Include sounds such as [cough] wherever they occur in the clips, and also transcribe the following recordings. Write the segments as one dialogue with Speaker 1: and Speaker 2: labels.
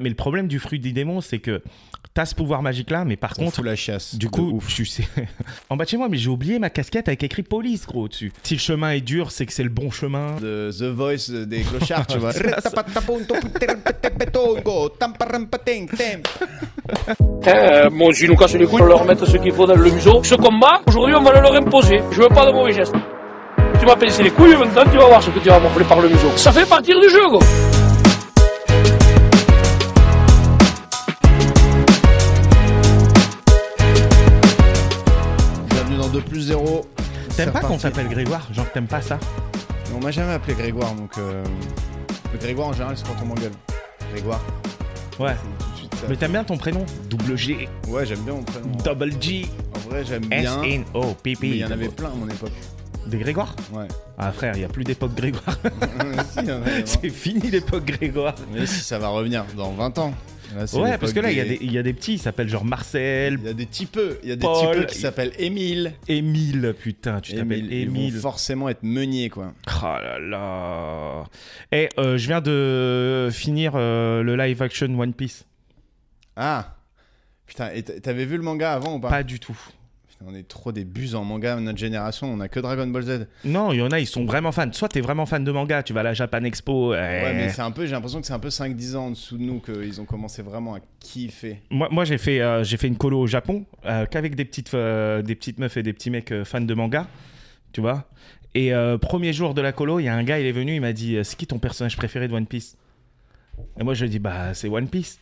Speaker 1: mais le problème du fruit des démons, c'est que t'as ce pouvoir magique là, mais par
Speaker 2: On
Speaker 1: contre,
Speaker 2: fout la chasse.
Speaker 1: du
Speaker 2: de
Speaker 1: coup,
Speaker 2: ouf.
Speaker 1: tu sais. [laughs] en bas de chez moi, mais j'ai oublié ma casquette avec écrit police, gros, dessus. Si le chemin est dur, c'est que c'est le bon chemin.
Speaker 2: de The Voice euh, des clochards, [laughs] tu vois.
Speaker 3: Euh, bon, si nous cassent les couilles, on leur met ce qu'il faut dans le museau. Ce combat, aujourd'hui, on va le leur imposer. Je veux pas de mauvais gestes. Tu m'as pincé les couilles, maintenant tu vas voir ce que tu vas m'envoler par le museau. Ça fait partir du jeu, quoi.
Speaker 2: Bienvenue dans 2 plus 0.
Speaker 1: T'aimes pas qu'on t'appelle Grégoire Genre, t'aimes pas ça
Speaker 2: On m'a jamais appelé Grégoire, donc. euh, le Grégoire en général, c'est quand on m'engueule. Grégoire.
Speaker 1: Ouais.
Speaker 2: c'est tout de suite ça.
Speaker 1: Mais t'aimes bien ton prénom Double G,
Speaker 2: Ouais, j'aime bien mon prénom. hein.
Speaker 1: Double G,
Speaker 2: En vrai, j'aime bien. Mais
Speaker 1: S-N-O-P-P.
Speaker 2: il y en avait plein à mon époque.
Speaker 1: Des Grégoire [laughs]
Speaker 2: Ouais. [laughs]
Speaker 1: Ah frère, il y a plus d'époque Grégoire.
Speaker 2: si, il y en avait,
Speaker 1: [laughs]
Speaker 2: vraiment.
Speaker 1: c'est fini l'époque Grégoire.
Speaker 2: Mais si, ça va revenir dans 20 ans. Là, c'est
Speaker 1: Ouais,
Speaker 2: l'époque
Speaker 1: parce que là, il y, a
Speaker 2: des-
Speaker 1: des- il y a des petits, ils s'appellent genre Marcel,
Speaker 2: Il y a des typeux, il y a des
Speaker 1: Paul,
Speaker 2: typeux qui
Speaker 1: il-
Speaker 2: s'appellent Émile.
Speaker 1: Émile, putain, tu t'appelles
Speaker 2: Ils vont
Speaker 1: Émile.
Speaker 2: forcément être meunier quoi.
Speaker 1: Oh là là. Eh, euh, je viens de finir euh, le live action One Piece.
Speaker 2: Ah Putain, et t- t'avais vu le manga avant ou pas
Speaker 1: Pas du tout.
Speaker 2: Putain, on est trop des buses en manga, notre génération, on a que Dragon Ball Z. Ouais,
Speaker 1: Non, il y en a, ils sont vraiment fans. Soit t'es vraiment fan de manga, tu vas à la Japan Expo. eh.
Speaker 2: mais c'est un peu, j'ai l'impression que c'est un peu 5-10 ans en dessous de nous qu'ils ont commencé vraiment à kiffer.
Speaker 1: Moi, moi j'ai fait, euh, j'ai fait une colo au Japon euh, qu'avec des petites, euh, des petites meufs et des petits mecs euh, fans de manga, tu vois. Et euh, premier jour de la colo, il y a un gars, il est venu, il m'a dit, euh, c'est qui ton personnage préféré de One Piece Et moi, je lui ai dit, bah, c'est One Piece.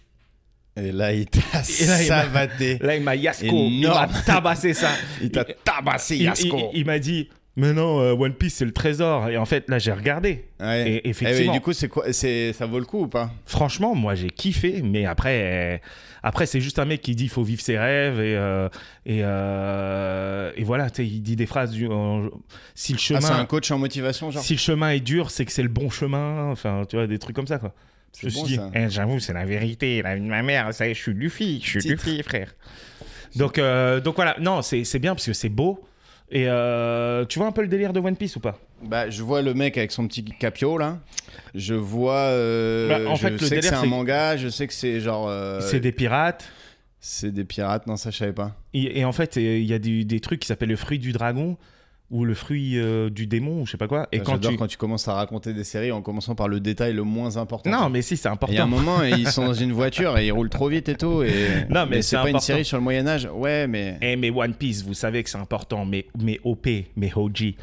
Speaker 2: [laughs] Et là, il t'a
Speaker 1: Et là, il m'a-
Speaker 2: savaté.
Speaker 1: Là, il m'a Yasko, il m'a
Speaker 2: Énorme.
Speaker 1: tabassé [laughs] ça.
Speaker 2: Il t'a tabassé,
Speaker 1: Il,
Speaker 2: Yasko.
Speaker 1: il- il m'a dit, mais non, euh, One Piece, c'est le trésor. Et en fait, là, j'ai regardé.
Speaker 2: Ouais.
Speaker 1: Et
Speaker 2: Eh oui,
Speaker 1: effectivement.
Speaker 2: du coup, c'est quoi c'est- Ça vaut le coup ou pas
Speaker 1: Franchement, moi, j'ai kiffé, mais après, euh, après c'est juste un mec qui dit il faut vivre ses rêves et, euh, et, euh, et voilà, tu sais, il dit des phrases du en- si le
Speaker 2: Ah, c'est un
Speaker 1: chemin
Speaker 2: coach en motivation, genre
Speaker 1: si le chemin est dur, c'est que c'est le bon chemin, enfin, tu vois, des trucs comme ça quoi. Je
Speaker 2: C'est
Speaker 1: me
Speaker 2: bon,
Speaker 1: suis dit,
Speaker 2: ça.
Speaker 1: eh, j'avoue, c'est la vérité, la vie de ma mère, ça y est, je suis Luffy, je suis
Speaker 2: Titre.
Speaker 1: Luffy, frère. Donc, euh, donc voilà, non, c'est c'est bien parce que c'est beau. Et euh, tu vois un peu le délire de One Piece ou pas
Speaker 2: Bah, je vois le mec avec son petit capio là. Je vois. euh,
Speaker 1: Bah, en
Speaker 2: je
Speaker 1: fait, le
Speaker 2: sais que
Speaker 1: délire,
Speaker 2: c'est un
Speaker 1: c'est-
Speaker 2: manga. Je sais que c'est genre. euh,
Speaker 1: C'est des pirates.
Speaker 2: c'est des pirates. Non, ça je savais pas.
Speaker 1: Et, et en fait, euh, il y a des, des trucs qui s'appellent le fruit du dragon ou le fruit euh, du démon ou je sais pas quoi. Et
Speaker 2: Enfin,
Speaker 1: quand
Speaker 2: Ah, j'adore
Speaker 1: tu...
Speaker 2: quand tu commences à raconter des séries en commençant par le détail le moins important.
Speaker 1: Non, mais si, c'est
Speaker 2: Il y a un
Speaker 1: important.
Speaker 2: moment, ils sont dans une voiture et ils roulent trop vite et tout. Et...
Speaker 1: [laughs] Non, mais c'est
Speaker 2: c'est pas une
Speaker 1: important.
Speaker 2: série sur le Moyen Âge. Ouais, mais
Speaker 1: Eh, mais One Piece, vous savez que c'est important, mais, mais OP, mais OG.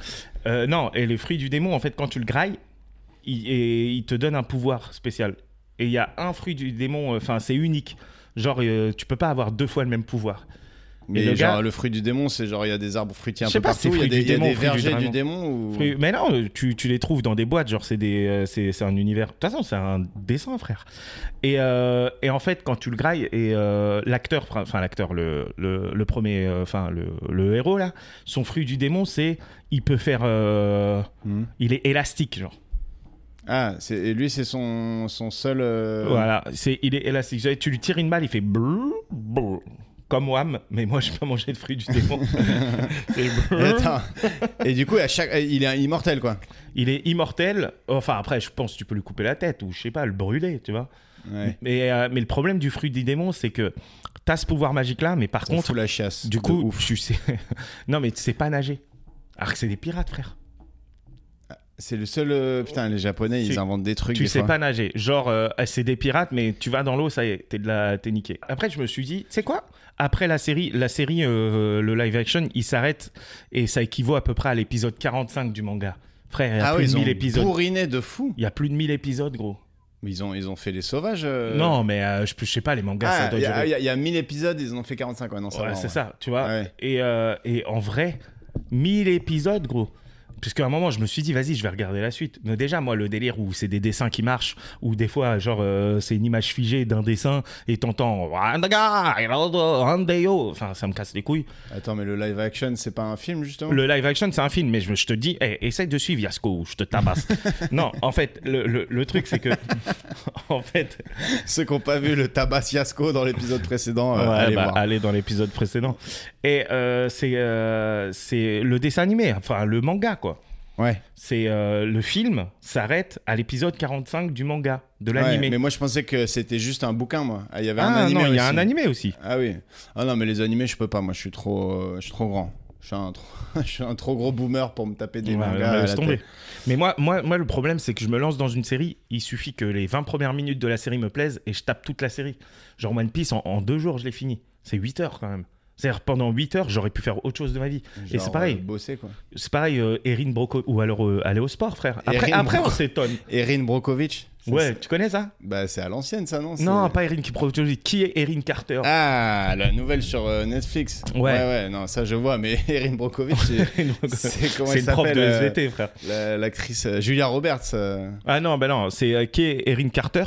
Speaker 1: Euh, non, et le fruit du démon, en fait, quand tu le grailles, il, et il te donne un pouvoir spécial. Et il y a un fruit du démon, euh, enfin, c'est unique. Genre, euh, tu peux pas avoir deux fois le même pouvoir.
Speaker 2: mais
Speaker 1: le
Speaker 2: genre
Speaker 1: gars-
Speaker 2: le fruit du démon, c'est genre il y a des arbres fruitiers un
Speaker 1: Je sais
Speaker 2: peu
Speaker 1: pas si
Speaker 2: partout. Il y a
Speaker 1: fruit
Speaker 2: des,
Speaker 1: du
Speaker 2: il y a
Speaker 1: démon,
Speaker 2: des
Speaker 1: fruit du
Speaker 2: vergers du
Speaker 1: dragon.
Speaker 2: démon ou.
Speaker 1: Fruit- Mais non, tu, tu les trouves dans des boîtes, genre c'est des, euh, c'est, c'est un univers. De toute façon, c'est un dessin, frère. Et, euh, et en fait, quand tu le grailles, et euh, l'acteur, pr- enfin l'acteur, le, le, le premier, euh, enfin le, le héros là, son fruit du démon, c'est il peut faire, euh,
Speaker 2: Hmm.
Speaker 1: il est élastique, genre.
Speaker 2: Ah, c'est... et lui c'est son son seul. euh,
Speaker 1: Voilà, c'est, il est élastique. C'est-à-dire, Tu lui tires une balle, il fait brrr, brrr. comme Wham, mais moi [laughs] je peux pas manger de fruit du
Speaker 2: [laughs]
Speaker 1: démon. C'est brrr.
Speaker 2: Et [laughs] attends. Et du coup, à chaque... euh, il est immortel quoi.
Speaker 1: il est immortel. Enfin après, je pense que tu peux lui couper la tête ou je sais pas, le brûler, tu vois.
Speaker 2: Ouais.
Speaker 1: Mais, euh, mais le problème du fruit des démons, c'est que t'as ce pouvoir magique là, mais par
Speaker 2: On
Speaker 1: contre,
Speaker 2: fout la chasse.
Speaker 1: du
Speaker 2: de
Speaker 1: coup,
Speaker 2: ouf.
Speaker 1: tu sais. [laughs] non, mais tu sais pas nager. Alors que c'est des pirates, frère.
Speaker 2: c'est le seul. euh, Putain, les Japonais, ils
Speaker 1: Tu-
Speaker 2: inventent des trucs.
Speaker 1: Tu
Speaker 2: des
Speaker 1: sais
Speaker 2: fois.
Speaker 1: pas nager. Genre, euh, c'est des pirates, mais tu vas dans l'eau, ça y est, t'es, de la... t'es niqué. Après, je me suis dit, c'est quoi Après la série, la série euh, le live action, il s'arrête et ça équivaut à peu près à l'épisode 45 du manga. Frère, il y a
Speaker 2: Ah oui,
Speaker 1: plus
Speaker 2: ils
Speaker 1: de
Speaker 2: ont
Speaker 1: 1000 épisodes.
Speaker 2: bourriné de fou.
Speaker 1: Il y a plus de 1000 épisodes, gros.
Speaker 2: Mais ils ont, ils ont fait les sauvages. euh.
Speaker 1: Non, mais euh, je, je sais pas, les mangas, ça
Speaker 2: Ah,
Speaker 1: doit
Speaker 2: il y, a-
Speaker 1: durer.
Speaker 2: il y a- il y a 1000 épisodes, ils en ont fait 45. Ouais, non, ça
Speaker 1: Ouais,
Speaker 2: va,
Speaker 1: c'est
Speaker 2: ouais.
Speaker 1: ça, tu vois.
Speaker 2: Ouais.
Speaker 1: Et, euh, et en vrai, 1000 épisodes, gros. Parce qu'à un moment, je me suis dit, vas-y, je vais regarder la suite. Mais déjà, moi, le délire où c'est des dessins qui marchent, ou des fois, genre, euh, c'est une image figée d'un dessin et t'entends. Wandaga, Hirodo, Handeyo Enfin, ça me casse les couilles.
Speaker 2: Attends, mais le live action, c'est pas un film justement
Speaker 1: Le live action, c'est un film, mais je, je te dis, hey, essaye de suivre Yasko ou je te
Speaker 2: [laughs]
Speaker 1: tabasse. non, en fait, le, le- le truc, c'est que. [laughs] en fait.
Speaker 2: [laughs] Ceux qui n'ont pas vu le tabac fiasco dans l'épisode précédent, euh,
Speaker 1: Ouais,
Speaker 2: allez
Speaker 1: bah,
Speaker 2: voir.
Speaker 1: allez dans l'épisode précédent. Et euh, c'est euh, c'est le dessin animé, enfin, le manga, quoi.
Speaker 2: Ouais.
Speaker 1: C'est euh, le film s'arrête à l'épisode 45 du manga, de
Speaker 2: Ouais,
Speaker 1: l'animé.
Speaker 2: mais moi, je pensais que c'était juste un bouquin, moi. Ah, il y avait un
Speaker 1: ah
Speaker 2: animé
Speaker 1: non, il y a
Speaker 2: aussi.
Speaker 1: un animé aussi.
Speaker 2: Ah oui. Ah non, mais les animés, je peux pas. Moi, je suis trop, euh, je suis trop grand. Je suis, un trop, [laughs] je suis un trop gros boomer pour me taper des
Speaker 1: Ouais,
Speaker 2: mangas.
Speaker 1: ouais,
Speaker 2: à
Speaker 1: Euh, laisse
Speaker 2: la
Speaker 1: tomber.
Speaker 2: tête.
Speaker 1: Mais moi, moi, moi, le problème, c'est que je me lance dans une série. Il suffit que les 20 premières minutes de la série me plaisent et je tape toute la série. Genre One Piece, en, en deux jours, je l'ai fini. C'est 8 heures quand même. C'est-à-dire, pendant 8 heures, j'aurais pu faire autre chose de ma vie. Et
Speaker 2: Genre,
Speaker 1: c'est pareil.
Speaker 2: euh, bosser, quoi.
Speaker 1: C'est pareil, euh, Erin Broco. Ou alors, euh, aller au sport, frère. Après,
Speaker 2: Erin
Speaker 1: après on
Speaker 2: Brocco.
Speaker 1: s'étonne.
Speaker 2: Erin Brokovich. c'est-
Speaker 1: Ouais,
Speaker 2: c'est-
Speaker 1: tu connais ça
Speaker 2: Bah, c'est à l'ancienne, ça, non
Speaker 1: Non,
Speaker 2: C'est-
Speaker 1: pas Erin qui produit. Qui est Erin Carter [laughs]
Speaker 2: Ah, la nouvelle sur euh, Netflix.
Speaker 1: Ouais.
Speaker 2: ouais, non, ça je vois, mais [laughs] Erin Brokovich, c'est-
Speaker 1: Donc,
Speaker 2: c'est
Speaker 1: [laughs]
Speaker 2: comment
Speaker 1: C'est
Speaker 2: elle
Speaker 1: une prof
Speaker 2: s'appelle
Speaker 1: de
Speaker 2: euh,
Speaker 1: SVT, frère.
Speaker 2: la- L'actrice euh, Julia Roberts. euh,
Speaker 1: Ah non, bah non, c'est euh, qui est Erin Carter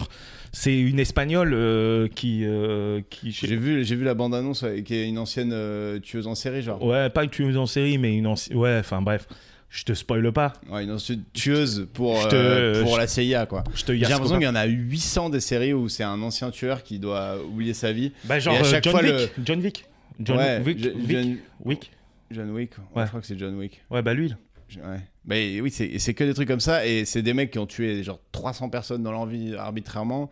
Speaker 1: C'est une espagnole euh, qui. euh, qui
Speaker 2: J'ai vu, j'ai vu la bande-annonce ouais, qui est une ancienne euh, tueuse en série, genre.
Speaker 1: Ouais, pas une tueuse en série, mais une ancienne. Ouais, enfin bref, je te spoile pas.
Speaker 2: Ouais, une ancienne tueuse pour,
Speaker 1: Oh. Je te-
Speaker 2: euh, pour
Speaker 1: je-
Speaker 2: la CIA, quoi.
Speaker 1: Je te
Speaker 2: J'ai
Speaker 1: yasse
Speaker 2: l'impression
Speaker 1: pas.
Speaker 2: qu'il y en a 800 des séries où c'est un ancien tueur qui doit oublier sa vie.
Speaker 1: Bah, genre
Speaker 2: Et à
Speaker 1: euh,
Speaker 2: chaque
Speaker 1: John,
Speaker 2: fois,
Speaker 1: Wick, John Wick. John
Speaker 2: ouais,
Speaker 1: Wick.
Speaker 2: Je-
Speaker 1: Wick.
Speaker 2: John,
Speaker 1: Wick.
Speaker 2: John Wick. ouais,
Speaker 1: Ouais.
Speaker 2: Je crois que c'est John Wick.
Speaker 1: Ouais, bah lui.
Speaker 2: Je- Ouais. Bah, et oui, c'est c'est que des trucs comme ça. Et c'est des mecs qui ont tué genre 300 personnes dans leur vie arbitrairement.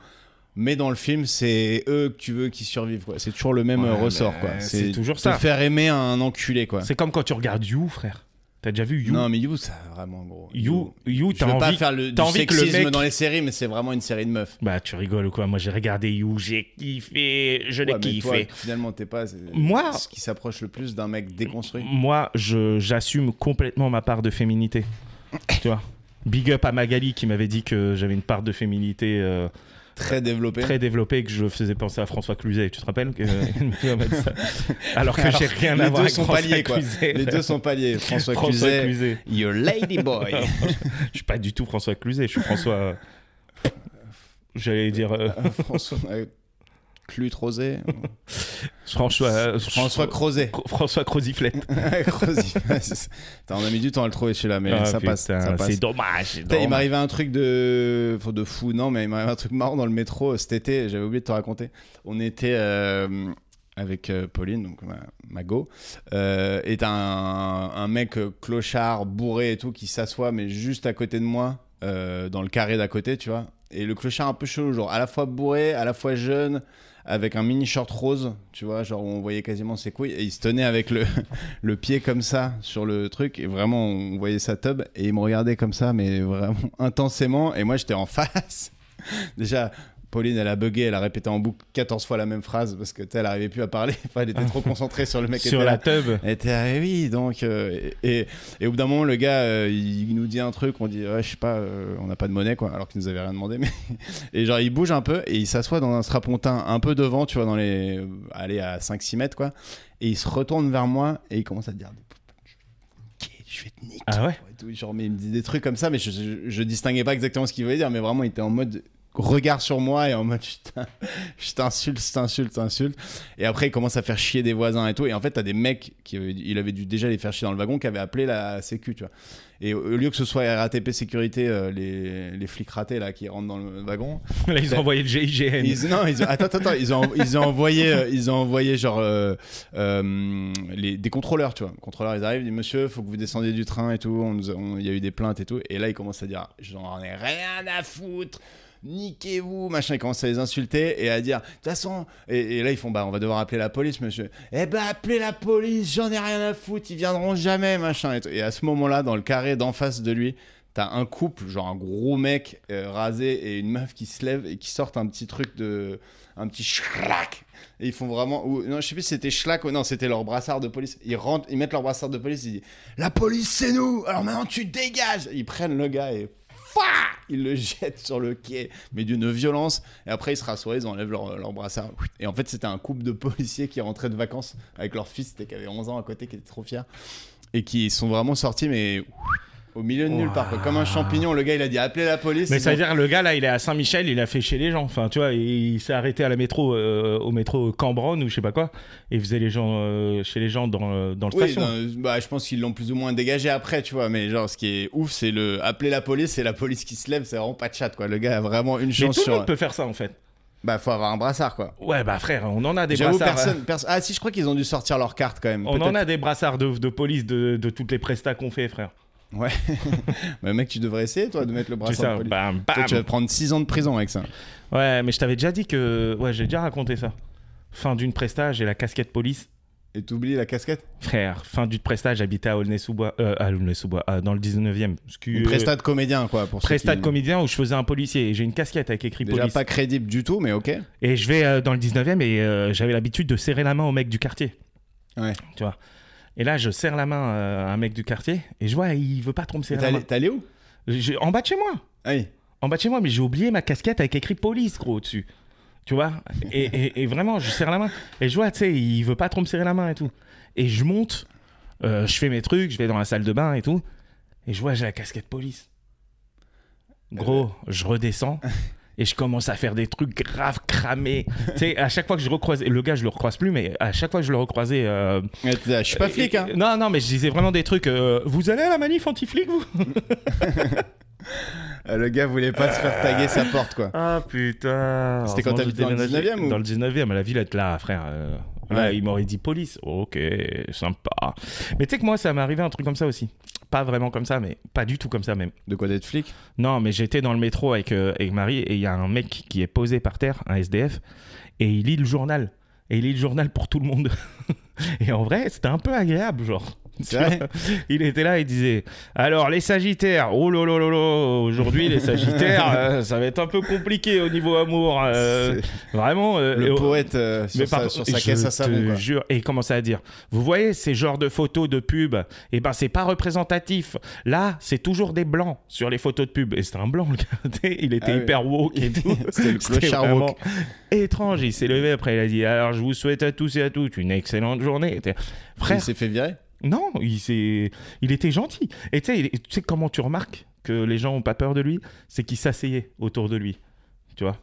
Speaker 2: Mais dans le film, c'est eux que tu veux qui survivent. quoi. C'est toujours le même
Speaker 1: Ouais,
Speaker 2: euh, ressort.
Speaker 1: mais
Speaker 2: quoi.
Speaker 1: c'est toujours
Speaker 2: te
Speaker 1: ça.
Speaker 2: faire aimer un enculé. quoi.
Speaker 1: C'est comme quand tu regardes You, frère. T'as déjà vu You
Speaker 2: Non, mais You, ça vraiment gros.
Speaker 1: You, You,
Speaker 2: Je
Speaker 1: t'as
Speaker 2: veux pas
Speaker 1: envie.
Speaker 2: faire le, du
Speaker 1: t'as envie que le
Speaker 2: sexisme
Speaker 1: mec-
Speaker 2: dans les séries, mais c'est vraiment une série de meufs.
Speaker 1: Bah, tu rigoles ou quoi Moi, j'ai regardé You, j'ai kiffé, je l'ai
Speaker 2: Ouais, mais toi,
Speaker 1: kiffé.
Speaker 2: finalement, t'es pas. c'est-
Speaker 1: Moi-
Speaker 2: Ce qui s'approche le plus d'un mec déconstruit.
Speaker 1: Moi, je- j'assume complètement ma part de féminité. tu vois Big up à Magali qui m'avait dit que j'avais une part de féminité. euh,
Speaker 2: Très développé.
Speaker 1: très développé que je faisais penser à François Cluzet. Tu te rappelles que- euh, Elle m'a dit
Speaker 2: [laughs]
Speaker 1: ça. Alors que j'ai rien
Speaker 2: les
Speaker 1: à voir
Speaker 2: deux
Speaker 1: avec
Speaker 2: sont
Speaker 1: François
Speaker 2: pas liés, quoi.
Speaker 1: Cluzet.
Speaker 2: Les deux sont
Speaker 1: [laughs]
Speaker 2: pas liés. François,
Speaker 1: François
Speaker 2: Cluzet,
Speaker 1: Cluzet.
Speaker 2: Your lady boy.
Speaker 1: Je suis pas du tout François Cluzet. Je suis François. J'allais dire euh,
Speaker 2: Euh, [laughs] François. euh, Clutrosé.
Speaker 1: François. euh, [laughs]
Speaker 2: François Crozet.
Speaker 1: Cro- François Croziflette.
Speaker 2: [laughs] Crozet. Putain, on a mis du temps à le trouver celui-là, mais
Speaker 1: Ah,
Speaker 2: ça,
Speaker 1: putain,
Speaker 2: passe, ça passe.
Speaker 1: C'est dommage. c'est
Speaker 2: Putain, il
Speaker 1: dommage.
Speaker 2: m'arrivait un truc de... faut de fou, non, mais il m'arrivait un truc marrant dans le métro euh, cet été, j'avais oublié de te raconter. On était euh, avec euh, Pauline, donc ma, ma go, euh, et t'as un, un mec euh, clochard, bourré et tout, qui s'assoit, mais juste à côté de moi, euh, dans le carré d'à côté, tu vois. Et le clochard un peu chelou, genre à la fois bourré, à la fois jeune, avec un mini short rose, tu vois, genre où on voyait quasiment ses couilles, et il se tenait avec le, [laughs] le pied comme ça sur le truc, et vraiment on voyait sa tub, et il me regardait comme ça, mais vraiment [laughs] intensément, et moi j'étais en face. [laughs] Déjà, Pauline, elle a bugué, elle a répété en boucle 14 fois la même phrase, parce que tu sais, elle n'arrivait plus à parler, [laughs] enfin, elle était trop concentrée sur le mec qui
Speaker 1: Sur
Speaker 2: était là.
Speaker 1: la teub.
Speaker 2: Elle était, ah oui, donc. euh, et, et au bout d'un moment, le gars, euh, il nous dit un truc, on dit, ouais, je sais pas, euh, on n'a pas de monnaie, quoi, alors qu'il nous avait rien demandé. [laughs] Mais... Et genre, il bouge un peu et il s'assoit dans un strapontin un peu devant, tu vois, dans les. euh, Allez, à 5-6 mètres, quoi. Et il se retourne vers moi et il commence à dire, Ok, je vais te niquer.
Speaker 1: Ah ouais
Speaker 2: et tout. Genre, mais il me dit des trucs comme ça, mais je, je, je distinguais pas exactement ce qu'il voulait dire, mais vraiment, il était en mode regard sur moi et en mode putain, [laughs] je t'insulte, je t'insulte, je t'insulte. Et après, il commence à faire chier des voisins et tout. Et en fait, t'as des mecs qui avaient- il avait dû déjà les faire chier dans le wagon qui avaient appelé la sécu, tu vois. Et au au lieu que ce soit RATP sécurité, euh, les, les flics ratés là qui rentrent dans le wagon,
Speaker 1: Là, ils ont
Speaker 2: Ouais.
Speaker 1: envoyé le GIGN.
Speaker 2: ils, non, ils ont, attends, attends, attends, ils ont, ils ont envoyé, euh, ils ont envoyé genre euh, euh, les, des contrôleurs, tu vois. Les contrôleurs, ils arrivent, ils disent Monsieur, faut que vous descendiez du train et tout. On nous a- on- Il y a eu des plaintes et tout. Et là, ils commencent à dire J'en ai rien à foutre. Niquez-vous, machin. Ils commencent à les insulter et à dire de toute façon. Et, et là, ils font bah, on va devoir appeler la police, monsieur. Eh ben, appelez la police. J'en ai rien à foutre. Ils viendront jamais, machin. Et, tout. Et à ce moment-là, dans le carré d'en face de lui, T'as un couple, genre un gros mec euh, rasé et une meuf qui se lève et qui sortent un petit truc de. un petit schlac. Et ils font vraiment. Ou, non, je sais plus si c'était schlac ou non, c'était leur brassard de police. Ils rentrent, ils mettent leur brassard de police, ils disent La police, c'est nous Alors maintenant, tu dégages Ils prennent le gars et. fa Ils le jettent sur le quai, mais d'une violence. Et après, ils se rassoient, ils enlèvent leur, leur brassard. Et en fait, c'était un couple de policiers qui rentraient de vacances avec leur fils, c'était qui avait 11 ans à côté, qui était trop fier. Et qui sont vraiment sortis, mais au milieu de nulle part, quoi. comme un champignon. Le gars, il a dit appelez la police.
Speaker 1: Mais
Speaker 2: Ils
Speaker 1: ça
Speaker 2: ont-
Speaker 1: veut dire le gars là, il est à Saint-Michel, il a fait chez les gens. Enfin, tu vois, il, il s'est arrêté à la métro, euh, au métro Cambronne ou je sais pas quoi, et il faisait les gens euh, chez les gens dans, euh, dans le
Speaker 2: Oui,
Speaker 1: station.
Speaker 2: non, bah, je pense qu'ils l'ont plus ou moins dégagé après, tu vois. Mais genre, ce qui est ouf, c'est le appeler la police et la police qui se lève, c'est vraiment pas de chat, quoi. Le gars a vraiment une
Speaker 1: Mais
Speaker 2: chance
Speaker 1: tout le
Speaker 2: sur.
Speaker 1: monde peut faire ça en fait.
Speaker 2: Bah, faut avoir un brassard, quoi.
Speaker 1: Ouais, bah frère, on en a des
Speaker 2: J'avoue,
Speaker 1: brassards. euh,
Speaker 2: personne, perso- Ah, si, je crois qu'ils ont dû sortir leur carte quand même.
Speaker 1: On en
Speaker 2: peut-être.
Speaker 1: a des brassards de, de police de, de toutes les prestas qu'on fait, frère.
Speaker 2: Ouais. bah, mec, tu devrais essayer, toi, de mettre le
Speaker 1: Tu sais, bah,
Speaker 2: brassard. poli.
Speaker 1: bam, bam.
Speaker 2: Toi, tu vas prendre 6 ans de prison avec ça.
Speaker 1: Ouais, mais je t'avais déjà dit que. Ouais, j'ai déjà raconté ça. Fin d'une presta, j'ai la casquette police.
Speaker 2: Et t'oublies la casquette
Speaker 1: Frère, fin du prestage, j'habitais à Aulnay-sous-Bois, euh, à Aulnay-sous-Bois, euh, dans le 19e. Ce qui,
Speaker 2: Une
Speaker 1: euh,
Speaker 2: presta de comédien, quoi. Pour ceux
Speaker 1: presta de
Speaker 2: qui-
Speaker 1: comédien où je faisais un policier. Et J'ai une casquette avec écrit
Speaker 2: Déjà
Speaker 1: police.
Speaker 2: pas crédible du tout, mais ok.
Speaker 1: Et je vais euh, dans le 19e et euh, j'avais l'habitude de serrer la main au mec du quartier.
Speaker 2: Ouais.
Speaker 1: Tu vois. Et là, je serre la main euh, à un mec du quartier et je vois, il veut pas trop me
Speaker 2: Et
Speaker 1: serrer
Speaker 2: T'es
Speaker 1: la main.
Speaker 2: allé, t'es allé où
Speaker 1: Je- en bas de chez moi.
Speaker 2: Ah oui.
Speaker 1: En bas de chez moi, mais j'ai oublié ma casquette avec écrit police, gros, dessus. Tu vois et, et- et vraiment, je serre la main. Et je vois, tu sais, il veut pas trop me serrer la main et tout. Et je monte, euh, je fais mes trucs, je vais dans la salle de bain et tout. Et je vois, j'ai la casquette police.
Speaker 2: Euh.
Speaker 1: Gros, je redescends et je commence à faire des trucs graves, cramés. tu sais, à chaque fois que je recroise, et le gars, je le recroise plus, mais à chaque fois que je le recroisais. euh,
Speaker 2: Ouais, t'es là, Je suis pas flic, hein.
Speaker 1: euh, Non, non, mais je disais vraiment des trucs. euh, vous allez à la manif anti-flic, vous
Speaker 2: Euh, Le gars voulait pas se faire taguer sa porte, quoi.
Speaker 1: Ah putain
Speaker 2: C'était quand
Speaker 1: Heureusement que
Speaker 2: t'habitais dans le
Speaker 1: j'ai déménagé.
Speaker 2: 19e ou
Speaker 1: Dans le 19e, la ville est là, frère. euh, là,
Speaker 2: Ouais.
Speaker 1: il m'aurait dit police. Ok, sympa. Mais tu sais que moi, ça m'est arrivé un truc comme ça aussi. Pas vraiment comme ça, mais pas du tout comme ça même.
Speaker 2: De quoi d'être flic
Speaker 1: Non, mais j'étais dans le métro avec, euh, avec Marie et il y a un mec qui est posé par terre, un SDF, et il lit le journal. Et il lit le journal pour tout le monde. [laughs] et en vrai, c'était un peu agréable, genre.
Speaker 2: C'est vrai
Speaker 1: [laughs] Il était là, il disait Alors, les Sagittaires, oh là là là là, aujourd'hui, les
Speaker 2: [laughs]
Speaker 1: Sagittaires, euh, ça va être un peu compliqué au niveau amour. euh,
Speaker 2: C'est
Speaker 1: vraiment. euh, et-
Speaker 2: Le poète euh, sur, sa,
Speaker 1: par-
Speaker 2: sur sa
Speaker 1: je
Speaker 2: caisse à
Speaker 1: te
Speaker 2: savon, quoi.
Speaker 1: jure. Et il commençait à dire Vous voyez ces genres de photos de pub Eh ben, c'est pas représentatif. Là, c'est toujours des blancs sur les photos de pub. Et c'était un blanc, le gars. [laughs] tu sais, Il était
Speaker 2: Ah oui.
Speaker 1: hyper woke et tout.
Speaker 2: [laughs] C'était le clochard
Speaker 1: vraiment
Speaker 2: woke.
Speaker 1: étrange. Il s'est levé après, il a dit Alors, je vous souhaite à tous et à toutes une excellente journée. Et t'es-
Speaker 2: Il
Speaker 1: Frère,
Speaker 2: s'est fait virer
Speaker 1: non, il, s'est- il était gentil. Et tu sais, il- tu sais comment tu remarques que les gens ont pas peur de lui C'est qu'il s'asseyait autour de lui. Tu vois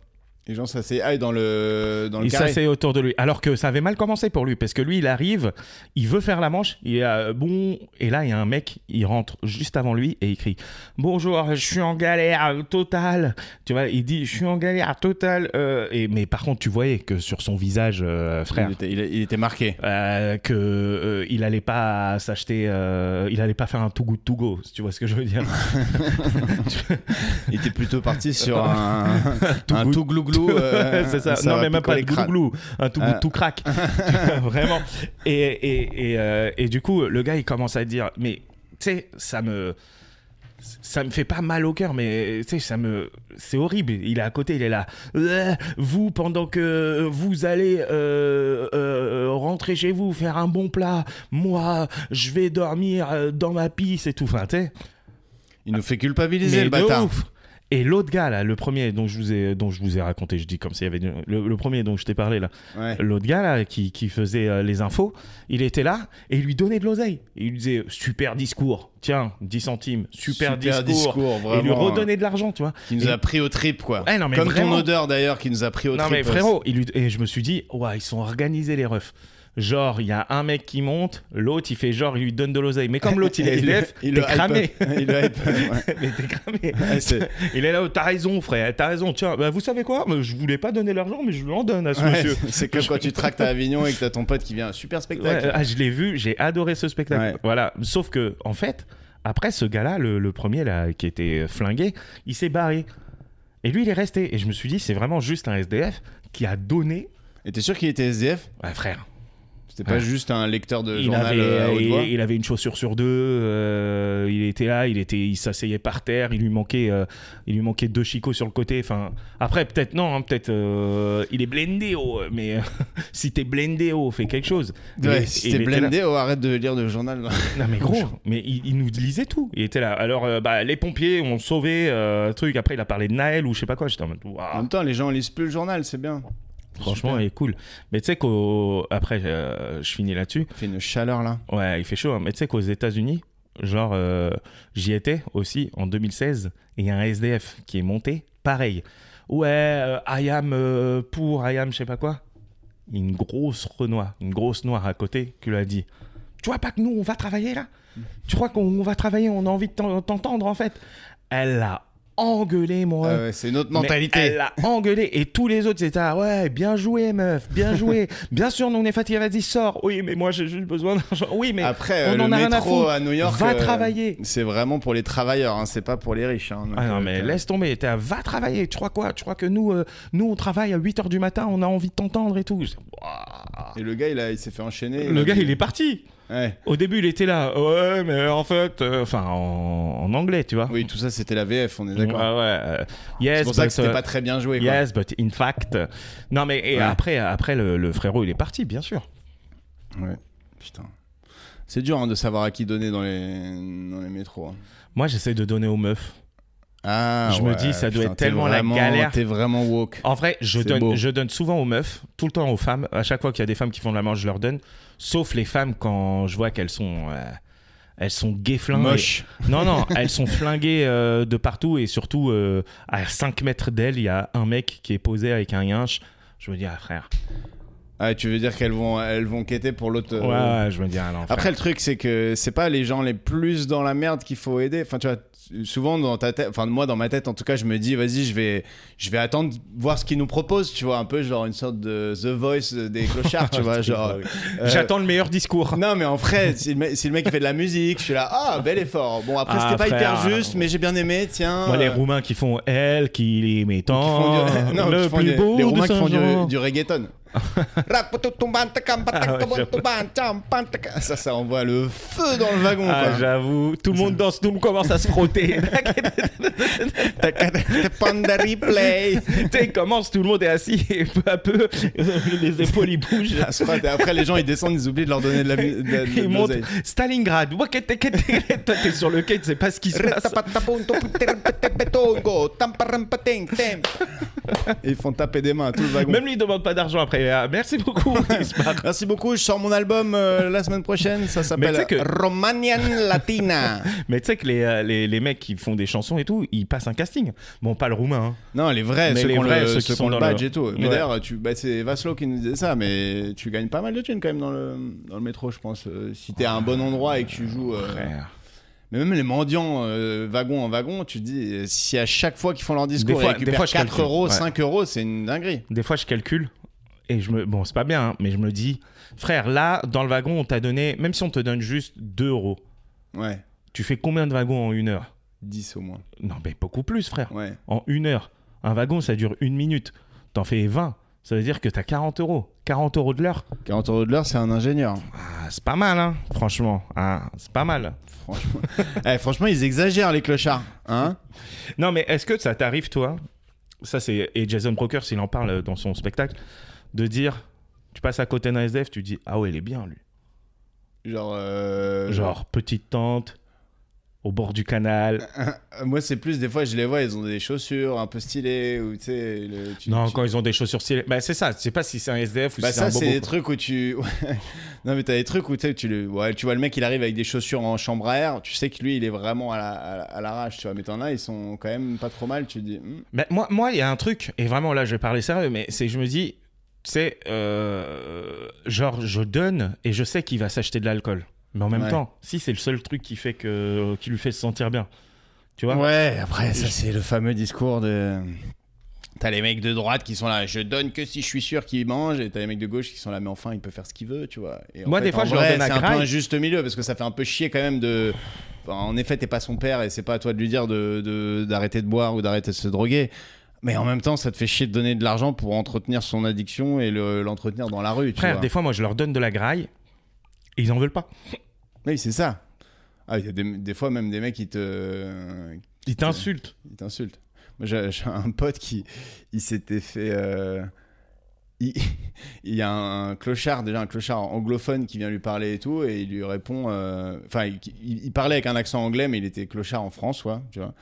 Speaker 2: Les gens s'asseyent ah, dans le, dans le
Speaker 1: Il
Speaker 2: carré.
Speaker 1: s'asseyait autour de lui. Alors que ça avait mal commencé pour lui, parce que lui, il arrive, il veut faire la manche, il est euh, bon, et là, il y a un mec, il rentre juste avant lui et il crie Bonjour, je suis en galère totale. Tu vois, il dit Je suis en galère totale. euh, et, mais par contre, tu voyais que sur son visage, euh, frère.
Speaker 2: Il était, il- il était marqué.
Speaker 1: euh, que euh, il allait pas s'acheter, euh, il allait pas faire un tout good to go, si tu vois ce que je veux dire.
Speaker 2: Il était
Speaker 1: [laughs]
Speaker 2: plutôt parti sur un, un tout glouglou. euh,
Speaker 1: c'est ça. non,
Speaker 2: va
Speaker 1: mais même pas
Speaker 2: picoler
Speaker 1: de
Speaker 2: le crâne.
Speaker 1: glouglou, un tout,
Speaker 2: Ah.
Speaker 1: tout
Speaker 2: [laughs]
Speaker 1: crack. Tu vois, Vraiment. Et, et, et, euh, et du coup, le gars, il commence à dire Mais tu sais, ça me. Ça me fait pas mal au cœur, mais tu sais, ça me. C'est horrible. Il est à côté, il est là. Euh, Vous, pendant que vous allez euh, euh, rentrer chez vous, faire un bon plat, moi, je vais dormir euh, dans ma pisse et tout. Enfin, tu sais.
Speaker 2: Il nous fait culpabiliser,
Speaker 1: Mais
Speaker 2: le
Speaker 1: de
Speaker 2: bâtard.
Speaker 1: ouf. Et l'autre gars là, le premier dont je vous ai, dont je vous ai raconté, je dis comme s'il y avait du- le, le premier dont je t'ai parlé là,
Speaker 2: Ouais.
Speaker 1: l'autre gars là qui, qui faisait euh, les infos, il était là et il lui donnait de l'oseille. Et Il lui disait super discours, tiens 10 centimes, super, discours. et
Speaker 2: vraiment, hein.
Speaker 1: il lui redonnait de l'argent, tu vois.
Speaker 2: Qui nous a pris aux tripes, quoi.
Speaker 1: Ouais, non, mais
Speaker 2: Comme
Speaker 1: vraiment.
Speaker 2: ton odeur, d'ailleurs, qui nous a pris aux
Speaker 1: Non
Speaker 2: tripes.
Speaker 1: mais frérot, il lui- et je me suis dit, ouais, ils sont organisés les refs. Genre, il y a un mec qui monte, l'autre il fait genre, il lui donne de l'oseille. Mais
Speaker 2: [laughs]
Speaker 1: comme l'autre il est
Speaker 2: Il le-
Speaker 1: SDF,
Speaker 2: il
Speaker 1: t'es
Speaker 2: le hype
Speaker 1: cramé.
Speaker 2: up. [laughs] Il le
Speaker 1: [laughs]
Speaker 2: hype up, ouais.
Speaker 1: Mais t'es cramé.
Speaker 2: Ouais, c'est-
Speaker 1: [laughs] Il est là, oh, t'as raison, frère, t'as raison. Tiens, bah, vous savez quoi Je voulais pas donner l'argent, mais je lui en donne à ce
Speaker 2: ouais, [laughs]
Speaker 1: monsieur.
Speaker 2: C'est comme quand tu tractes à Avignon et que t'as ton pote qui vient. Super
Speaker 1: Ouais,
Speaker 2: spectacle.
Speaker 1: ah, je l'ai vu, j'ai adoré ce spectacle.
Speaker 2: Ouais.
Speaker 1: Voilà. Sauf que, en fait, après ce gars-là, le, le premier là, qui était flingué, il s'est barré. Et lui, il est resté. Et je me suis dit, c'est vraiment juste un SDF qui a donné.
Speaker 2: Et t'es sûr qu'il était SDF
Speaker 1: Ouais, frère,
Speaker 2: C'était pas
Speaker 1: Ouais.
Speaker 2: juste un lecteur de
Speaker 1: il
Speaker 2: journal
Speaker 1: avait,
Speaker 2: euh, à haute
Speaker 1: il,
Speaker 2: voix
Speaker 1: il avait une chaussure sur deux. euh, il était là, il était, il s'asseyait par terre. Il lui manquait, euh, il lui manquait deux chicots sur le côté. Enfin, après peut-être non, hein, peut-être euh, il est blindé, oh, mais [laughs] euh, si t'es blindé, oh, fais quelque chose.
Speaker 2: Ouais,
Speaker 1: Et-
Speaker 2: si
Speaker 1: et
Speaker 2: t'es
Speaker 1: il était là- Ah.
Speaker 2: blindé, oh, arrête de lire le journal.
Speaker 1: Non mais gros, mais il, il nous lisait tout. Il était là. Alors euh, bah, les pompiers ont sauvé euh, truc. Après il a parlé de Naël ou je sais pas quoi. J'étais en mode
Speaker 2: En
Speaker 1: waouh.
Speaker 2: même temps, les gens lisent plus le journal, c'est bien.
Speaker 1: Franchement,
Speaker 2: Ah, Super.
Speaker 1: il est cool. Mais tu sais qu'après, je finis là-dessus.
Speaker 2: Il fait une chaleur là.
Speaker 1: Ouais, il fait chaud. hein. Mais tu sais qu'aux États-Unis, genre, euh, j'y étais aussi en 2016 et il y a un SDF qui est monté, pareil. Ouais, euh, I am euh, pour, I am je sais pas quoi. Une grosse renoie, une grosse noire à côté qui lui a dit Tu vois pas que nous, on va travailler là Tu crois qu'on on va travailler, on a envie de t'en- t'entendre en fait Elle l'a engueulé, moi.
Speaker 2: Ah ouais, c'est une autre
Speaker 1: Mais
Speaker 2: mentalité.
Speaker 1: Elle l'a engueulé et tous les autres étaient là, ouais, bien joué, meuf, [laughs] bien joué. bien sûr, nous on est fatigué, vas-y, sors. Oui, mais moi j'ai juste besoin d'argent. Oui, mais
Speaker 2: Après,
Speaker 1: on
Speaker 2: euh, le
Speaker 1: en a rien à
Speaker 2: métro
Speaker 1: foutre.
Speaker 2: à, New York.
Speaker 1: va
Speaker 2: euh,
Speaker 1: travailler.
Speaker 2: C'est vraiment pour les travailleurs, hein, c'est pas pour les riches. hein. Donc,
Speaker 1: Ah non,
Speaker 2: euh,
Speaker 1: mais
Speaker 2: t'as-
Speaker 1: laisse tomber, t'es à- va travailler. Tu crois quoi Tu crois que nous, euh, nous on travaille à 8h du matin, on a envie de t'entendre et tout. Je- Ouah.
Speaker 2: Et le gars, il, a- il s'est fait enchaîner.
Speaker 1: Le gars, il est parti.
Speaker 2: Ouais.
Speaker 1: Au début, il était là. Ouais, mais en fait, euh, enfin, en, en anglais, tu vois.
Speaker 2: Oui, tout ça, c'était la VF, on est
Speaker 1: Ouais,
Speaker 2: d'accord.
Speaker 1: ouais, euh,
Speaker 2: c'est
Speaker 1: yes,
Speaker 2: pour ça que
Speaker 1: but,
Speaker 2: c'était
Speaker 1: euh,
Speaker 2: pas très bien joué. quoi.
Speaker 1: Yes, but in fact. Non, mais et
Speaker 2: Ouais.
Speaker 1: après, après le, le frérot, il est parti, bien sûr.
Speaker 2: Ouais. Putain. C'est dur hein, de savoir à qui donner dans les, dans les métros. hein.
Speaker 1: Moi, j'essaie de donner aux meufs.
Speaker 2: Ah,
Speaker 1: Je me
Speaker 2: ouais,
Speaker 1: dis, ça doit
Speaker 2: putain,
Speaker 1: être
Speaker 2: t'es
Speaker 1: tellement la
Speaker 2: vraiment-
Speaker 1: galère.
Speaker 2: T'es vraiment woke.
Speaker 1: En vrai, je
Speaker 2: C'est
Speaker 1: donne,
Speaker 2: beau.
Speaker 1: je donne souvent aux meufs, tout le temps aux femmes. À chaque fois qu'il y a des femmes qui font de la manche, je leur donne. Sauf les femmes quand je vois qu'elles sont. euh, elles sont guéflingues.
Speaker 2: Moche.
Speaker 1: [laughs] Non, non, elles sont flinguées euh, de partout et surtout euh, à 5 mètres d'elles, il y a un mec qui est posé avec un yinche. Je me dis, ah frère.
Speaker 2: Ah, tu veux dire qu'elles vont, elles vont quêter pour l'autre. euh,
Speaker 1: Ouais, ouais, je me dis, ah non. frère.
Speaker 2: Après, le truc, c'est que c'est pas les gens les plus dans la merde qu'il faut aider. Enfin, tu vois, t- souvent dans ta tête, enfin, moi dans ma tête, en tout cas, je me dis, vas-y, je vais, je vais attendre, voir ce qu'ils nous proposent, tu vois, un peu genre une sorte de The Voice des
Speaker 1: [laughs]
Speaker 2: clochards, tu vois, genre. euh,
Speaker 1: J'attends le meilleur discours.
Speaker 2: Non, mais en vrai, si le, mec, si le mec qui fait de la musique, je suis là, ah, bel effort. Bon, après,
Speaker 1: Ah,
Speaker 2: c'était pas
Speaker 1: frère.
Speaker 2: hyper juste, mais j'ai bien aimé, tiens.
Speaker 1: Moi, les
Speaker 2: euh,
Speaker 1: Roumains qui font elle, qui les
Speaker 2: qui
Speaker 1: mettant.
Speaker 2: font du- [laughs] non,
Speaker 1: le
Speaker 2: qui font
Speaker 1: plus
Speaker 2: du-
Speaker 1: beau
Speaker 2: les
Speaker 1: de
Speaker 2: Roumains qui font
Speaker 1: Saint-Jean.
Speaker 2: du, du [laughs] reggaeton. ça, ça envoie le feu dans le wagon. quoi.
Speaker 1: Ah, j'avoue, tout le monde danse, tout le monde commence à se frotter. [laughs]
Speaker 2: Panda replay.
Speaker 1: tu sais, il commence, tout le monde est assis et peu à peu, [laughs] les épaules ils bougent.
Speaker 2: Ah, c'est vrai, et après, les gens ils descendent, ils oublient de leur donner de la mu- de- de- de
Speaker 1: Ils montent
Speaker 2: l'oseille.
Speaker 1: Stalingrad. Wakete-kete. Toi, t'es sur le quai, tu sais pas ce qui se passe.
Speaker 2: Et Ils font taper des mains à tout le wagon.
Speaker 1: Même lui, il demande pas d'argent après. il est là, Merci [laughs] beaucoup. Il se barre.
Speaker 2: Merci beaucoup, je sors mon album euh, la semaine prochaine, ça
Speaker 1: Mais
Speaker 2: s'appelle
Speaker 1: tu sais que-
Speaker 2: Romanian Latina.
Speaker 1: Mais tu sais que les, euh, les, les mecs qui font des chansons et tout, ils passent un casting. Bon, pas le roumain. hein.
Speaker 2: Non, les vrais,
Speaker 1: Mais
Speaker 2: ceux
Speaker 1: les
Speaker 2: qui ont
Speaker 1: vrais,
Speaker 2: le,
Speaker 1: ceux
Speaker 2: ceux
Speaker 1: qui
Speaker 2: qui
Speaker 1: sont
Speaker 2: ont le
Speaker 1: dans
Speaker 2: badge
Speaker 1: le-
Speaker 2: et tout. Mais
Speaker 1: Ouais.
Speaker 2: d'ailleurs, tu- bah, c'est Vaslo qui nous disait ça, mais tu gagnes pas mal de thunes quand même dans le, dans le métro, je pense. euh, si t'es à un bon endroit et que tu joues. euh,
Speaker 1: Frère.
Speaker 2: Mais même les mendiants, euh, wagon en wagon, tu te dis, euh, si à chaque fois qu'ils font leur discours,
Speaker 1: Des fois-
Speaker 2: ils récupèrent
Speaker 1: des fois, je
Speaker 2: 4
Speaker 1: calcule.
Speaker 2: euros,
Speaker 1: Ouais.
Speaker 2: 5 euros, c'est une dinguerie.
Speaker 1: Des fois, je calcule et je me. Bon, c'est pas bien, hein, mais je me dis, frère, là, dans le wagon, on t'a donné, même si on te donne juste 2 euros,
Speaker 2: Ouais,
Speaker 1: tu fais combien de wagons en une heure
Speaker 2: 10 au moins.
Speaker 1: Non, mais beaucoup plus, frère.
Speaker 2: Ouais.
Speaker 1: En une heure. Un wagon, ça dure une minute. T'en fais 20. Ça veut dire que t'as 40 euros. 40 euros de l'heure.
Speaker 2: 40 euros de l'heure, c'est un ingénieur.
Speaker 1: Ah, c'est pas mal, hein, franchement. Ah, c'est pas mal.
Speaker 2: Franchement. [laughs] Eh, franchement, ils exagèrent, les clochards. Hein
Speaker 1: Non, mais est-ce que ça t'arrive, toi Ça, c'est. Et Jason Brokers, il en parle dans son spectacle, de dire tu passes à côté d'un SDF, tu dis ah ouais, il est bien, lui.
Speaker 2: Genre. euh,
Speaker 1: Genre, petite tente, au bord du canal.
Speaker 2: Euh, Moi, c'est plus, des fois, je les vois, ils ont des chaussures un peu stylées, ou tu sais. le- tu-
Speaker 1: non,
Speaker 2: tu-
Speaker 1: quand ils ont des chaussures stylées. Bah, c'est ça, je sais pas si c'est un SDF ou si
Speaker 2: Bah ça
Speaker 1: c'est un
Speaker 2: c'est des
Speaker 1: bobo. quoi.
Speaker 2: trucs où tu [laughs] non mais t'as des trucs où tu sais, tu le ouais, tu vois le mec il arrive avec des chaussures en chambre à air tu sais que lui il est vraiment à la- à la- à l'arrache tu vois mais t'en as ils sont quand même pas trop mal tu te dis hmm.
Speaker 1: Bah, moi, moi, il y a un truc, et vraiment là, je vais parler sérieux, mais c'est que je me dis, tu sais, euh, genre, je donne et je sais qu'il va s'acheter de l'alcool. Mais en même
Speaker 2: Ouais.
Speaker 1: temps, si c'est le seul truc qui fait que. qui lui fait se sentir bien. Tu vois
Speaker 2: Ouais, après, ça, c'est le fameux discours de. T'as les mecs de droite qui sont là, je donne que si je suis sûr qu'ils mangent, et t'as les mecs de gauche qui sont là, mais enfin, il peut faire ce qu'il veut, tu vois. Et en
Speaker 1: Moi,
Speaker 2: fait,
Speaker 1: des fois,
Speaker 2: en
Speaker 1: je leur
Speaker 2: vrai,
Speaker 1: donne à
Speaker 2: C'est un peu
Speaker 1: Graille.
Speaker 2: un juste milieu, parce que ça fait un peu chier quand même de. Enfin, en effet, t'es pas son père, et c'est pas à toi de lui dire d'arrêter de, d'arrêter de boire ou d'arrêter de se droguer. Mais en même temps, ça te fait chier de donner de l'argent pour entretenir son addiction et le- l'entretenir dans la rue, tu
Speaker 1: Frère,
Speaker 2: vois.
Speaker 1: des fois, moi, je leur donne de la graille. et Ils en veulent pas.
Speaker 2: Oui, c'est ça. Ah, il y a des, des fois même des mecs qui te,
Speaker 1: Ils t'insultent.
Speaker 2: Il t'insulte. Moi, j'ai j'ai un pote qui il s'était fait. euh, il, il y a un clochard, déjà un clochard anglophone qui vient lui parler et tout, et il lui répond. euh, Enfin, il, il- il parlait avec un accent anglais, mais il était clochard en France, quoi, tu vois.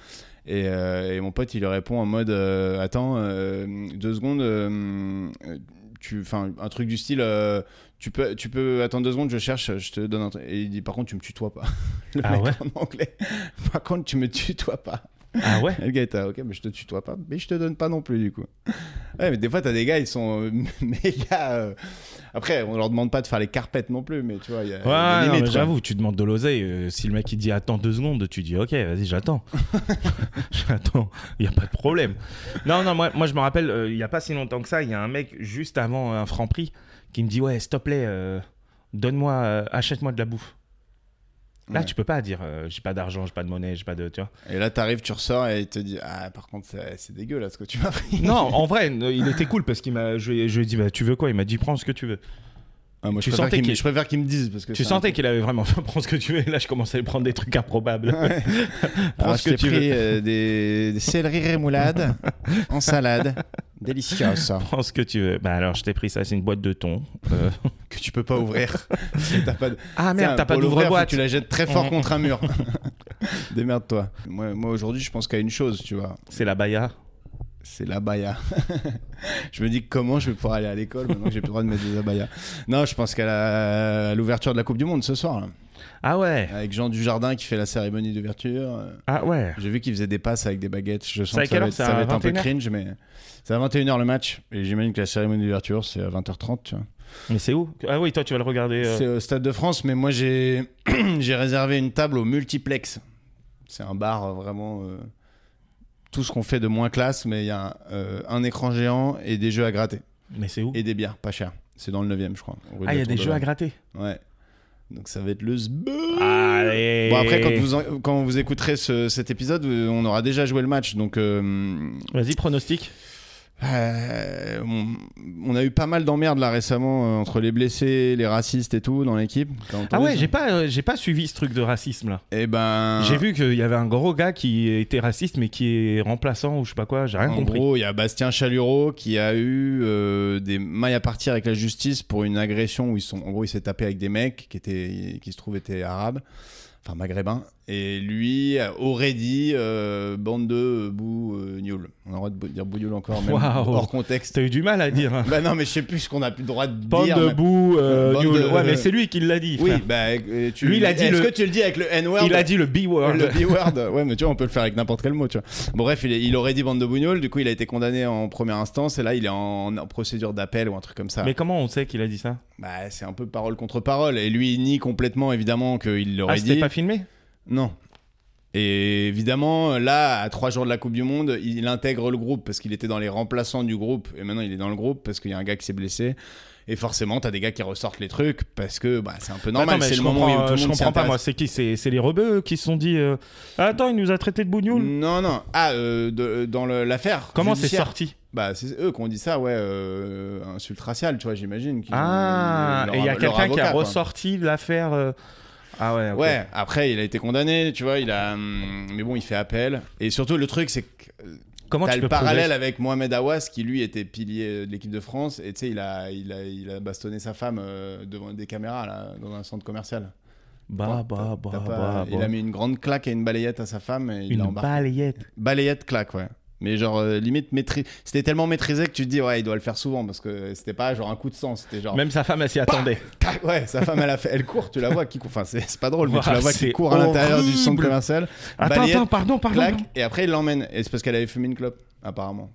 Speaker 2: Et, euh, et mon pote, il lui répond en mode euh, Attends, euh, deux secondes. euh, tu, enfin, un truc du style euh, tu, peux, tu peux attendre deux secondes, je cherche, je te donne un truc. Et il dit Par contre, tu me tutoies pas. [laughs] Le
Speaker 1: Ah
Speaker 2: mec
Speaker 1: ouais
Speaker 2: en anglais. Par contre, tu me tutoies pas.
Speaker 1: Ah ouais
Speaker 2: Et le gars était là, ok, mais je te tutoie pas, mais je te donne pas non plus du coup. Ouais, mais des fois, t'as des gars, ils sont euh, [laughs] méga. euh, Après, on leur demande pas de faire les carpettes non plus, mais tu vois, il y a. il y a
Speaker 1: Ouais,
Speaker 2: des
Speaker 1: non, mais
Speaker 2: limites, Euh, quoi.
Speaker 1: j'avoue, tu demandes de l'oseille. euh, si le mec il dit attends deux secondes, tu dis ok, vas-y,
Speaker 2: [laughs]
Speaker 1: j'attends. [laughs] j'attends, il n'y a pas de problème. Non, non, moi, moi je me rappelle, euh, il y n'y a pas si longtemps que ça, il y a un mec juste avant euh, un franc prix qui me dit ouais, s'il te plaît, euh, donne-moi, euh, achète-moi de la bouffe. Là,
Speaker 2: Ouais.
Speaker 1: tu peux pas dire euh, j'ai pas d'argent, j'ai pas de monnaie, j'ai pas de. Tu
Speaker 2: [laughs]
Speaker 1: vois.
Speaker 2: Et là, t'arrives, tu ressors et il te dit Ah, par contre, c'est c'est dégueu là ce que tu m'as
Speaker 1: [laughs]
Speaker 2: pris.
Speaker 1: non, en vrai, euh, il était cool parce qu'il m'a. Je, lui ai- je lui ai dit bah, tu veux quoi Il m'a dit prends ce que tu veux.
Speaker 2: Ah, moi,
Speaker 1: Tu
Speaker 2: je préfère
Speaker 1: sentais
Speaker 2: qu'ils me-
Speaker 1: qu'il-
Speaker 2: je préfère qu'ils me disent parce que.
Speaker 1: Tu
Speaker 2: c'est un
Speaker 1: sentais qu'il avait vraiment [laughs] fait prends ce que tu veux. Et là, je commençais à lui prendre des trucs improbables. [laughs] prends
Speaker 2: Alors,
Speaker 1: ce que
Speaker 2: je t'ai
Speaker 1: tu veux.
Speaker 2: pris euh, des, des céleri
Speaker 1: [laughs]
Speaker 2: rémoulades en salade. Délicieux ça.
Speaker 1: Prends ce que tu veux. Bah alors, je t'ai pris ça, c'est une boîte de thon. Euh,
Speaker 2: Que tu peux pas [laughs] ouvrir. t'as pas de...
Speaker 1: Ah [laughs]
Speaker 2: Tiens,
Speaker 1: merde, t'as pas
Speaker 2: pour l'ouvrir, faut que
Speaker 1: d'ouvre-boîte.
Speaker 2: Tu la jettes très fort
Speaker 1: Mm.
Speaker 2: contre
Speaker 1: [laughs]
Speaker 2: un mur. Démerde-toi. Moi, moi aujourd'hui, je pense qu'à une chose, tu vois.
Speaker 1: C'est la baya.
Speaker 2: C'est l'abaya. [laughs] je me dis que comment je vais pouvoir aller à l'école maintenant que j'ai plus le droit de mettre des abayas. Non, je pense qu'à la- à l'ouverture de la Coupe du Monde ce soir, là,
Speaker 1: Ah ouais.
Speaker 2: avec Jean Dujardin qui fait la cérémonie d'ouverture. euh,
Speaker 1: Ah ouais.
Speaker 2: J'ai vu qu'il faisait des passes avec des baguettes. Je sens
Speaker 1: C'est à
Speaker 2: que ça
Speaker 1: quelle
Speaker 2: va,
Speaker 1: heure,
Speaker 2: être,
Speaker 1: c'est
Speaker 2: ça
Speaker 1: à
Speaker 2: va être un peu
Speaker 1: 21h?
Speaker 2: cringe, mais c'est à 21h le match. Et j'imagine que la cérémonie d'ouverture, c'est à 20h30. tu vois.
Speaker 1: Mais c'est où Ah oui, toi, tu vas le regarder. euh.
Speaker 2: C'est au Stade de France, mais moi, j'ai [clears throat] j'ai réservé une table au multiplex. C'est un bar euh, vraiment. euh, Tout ce qu'on fait de moins classe, mais il y a euh, un écran géant et des jeux à gratter.
Speaker 1: Mais c'est où
Speaker 2: Et des bières, pas cher. C'est dans le 9 e je crois. rue de
Speaker 1: Ah, il y
Speaker 2: la
Speaker 1: a des
Speaker 2: Tour de
Speaker 1: jeux à
Speaker 2: Londres.
Speaker 1: gratter.
Speaker 2: Ouais. Donc ça va être le SB.
Speaker 1: Allez.
Speaker 2: Bon après quand vous, en- quand vous écouterez ce- cet épisode, euh, on aura déjà joué le match, donc euh,
Speaker 1: Vas-y, pronostic.
Speaker 2: Euh, on, on a eu pas mal d'emmerdes là récemment euh, entre les blessés, les racistes et tout dans l'équipe. T'as entendu
Speaker 1: Ah ouais,
Speaker 2: ça
Speaker 1: j'ai pas, euh, j'ai pas suivi ce truc de racisme là.
Speaker 2: Eh ben.
Speaker 1: J'ai vu qu'il y avait un gros gars qui était raciste mais qui est remplaçant ou je sais pas quoi. J'ai rien
Speaker 2: En
Speaker 1: compris.
Speaker 2: gros, il y a Bastien Chalureau qui a eu euh, des mailles à partir avec la justice pour une agression où ils sont. En gros, il s'est tapé avec des mecs qui étaient, qui se trouvent étaient arabes, enfin maghrébins, et lui aurait dit euh, bande de bou euh, gnoul. On a le droit de bou- dire bougnoul encore, même
Speaker 1: Waouh.
Speaker 2: hors contexte.
Speaker 1: T'as eu du mal à dire. Hein.
Speaker 2: bah non, mais je sais plus ce qu'on a plus le droit de
Speaker 1: Pan
Speaker 2: dire.
Speaker 1: de
Speaker 2: mais-
Speaker 1: boue, euh,
Speaker 2: Bande
Speaker 1: nul.
Speaker 2: de-
Speaker 1: Ouais, mais c'est lui qui l'a dit.
Speaker 2: Oui,
Speaker 1: frère.
Speaker 2: bah, euh, tu
Speaker 1: Lui, il a dit
Speaker 2: Est-ce
Speaker 1: le-
Speaker 2: que tu le dis avec le N-word
Speaker 1: Il a dit le B-word.
Speaker 2: Le B-word. Ouais, mais tu vois, on peut le faire avec n'importe quel mot, tu vois. Bon, bref, il, est- il aurait dit bande de bougnoles. Du coup, il a été condamné en première instance et là, il est en, en procédure d'appel ou un truc comme ça.
Speaker 1: Mais comment on sait qu'il a dit ça
Speaker 2: Bah, c'est un peu parole contre parole. Et lui, il nie complètement, évidemment, qu'il l'aurait
Speaker 1: Ah, c'était
Speaker 2: dit.
Speaker 1: pas filmé
Speaker 2: Non. Et évidemment, là, à trois jours de la Coupe du Monde, il intègre le groupe parce qu'il était dans les remplaçants du groupe. Et maintenant, il est dans le groupe parce qu'il y a un gars qui s'est blessé. Et forcément, t'as des gars qui ressortent les trucs parce que bah, c'est un peu normal.
Speaker 1: Attends, mais
Speaker 2: C'est
Speaker 1: je
Speaker 2: le moment où
Speaker 1: comprends,
Speaker 2: tout
Speaker 1: euh,
Speaker 2: le
Speaker 1: Je
Speaker 2: monde s'y
Speaker 1: comprends pas,
Speaker 2: intéresse.
Speaker 1: moi. C'est qui C'est c'est les rebeux euh, qui se sont dit euh, Ah, Attends, il nous a traité de bougnoule.
Speaker 2: Non, non. Ah, euh, de- dans le- l'affaire.
Speaker 1: Comment c'est
Speaker 2: judiciaire.
Speaker 1: sorti
Speaker 2: Bah, c'est eux qui ont dit ça, ouais, euh, insulte raciale, tu vois, j'imagine. qu'ils ont-
Speaker 1: Ah,
Speaker 2: Mm, leur-
Speaker 1: et il y a
Speaker 2: leur
Speaker 1: quelqu'un qui
Speaker 2: avocat,
Speaker 1: a
Speaker 2: quoi.
Speaker 1: ressorti l'affaire. euh, Ah ouais, ok.
Speaker 2: Ouais, après, il a été condamné, tu vois, il a. hum, Mais bon, il fait appel. Et surtout, le truc, c'est que euh,
Speaker 1: Comment
Speaker 2: t'as
Speaker 1: tu
Speaker 2: le
Speaker 1: peux prouver
Speaker 2: parallèle avec Mohamed Awas, qui lui était pilier de l'équipe de France, et tu sais, il a, il, a, il a bastonné sa femme euh, devant des caméras, là, dans un centre commercial.
Speaker 1: Bah,
Speaker 2: T'as-
Speaker 1: bah, bah,
Speaker 2: t'as pas-
Speaker 1: bah,
Speaker 2: Il
Speaker 1: bah.
Speaker 2: a mis une grande claque et une balayette à sa femme, et il l'a
Speaker 1: Une
Speaker 2: embarqué.
Speaker 1: balayette.
Speaker 2: Balayette claque, ouais. Mais genre, euh, limite, maîtri- c'était tellement maîtrisé que tu te dis, ouais, il doit le faire souvent parce que c'était pas genre un coup de sang, c'était genre.
Speaker 1: Même sa femme, elle
Speaker 2: Bah
Speaker 1: s'y attendait.
Speaker 2: Tac, ouais, sa femme, elle, a fait- elle court, tu la vois qui court. Enfin, c'est c'est pas drôle, mais tu la
Speaker 1: Ouah,
Speaker 2: vois qui
Speaker 1: c'est
Speaker 2: court à l'intérieur du centre
Speaker 1: horrible.
Speaker 2: commercial,
Speaker 1: Attends,
Speaker 2: balayette,
Speaker 1: attends, pardon, pardon.
Speaker 2: claque,
Speaker 1: pardon.
Speaker 2: et après, il l'emmène. Et c'est parce qu'elle avait fumé une clope, apparemment.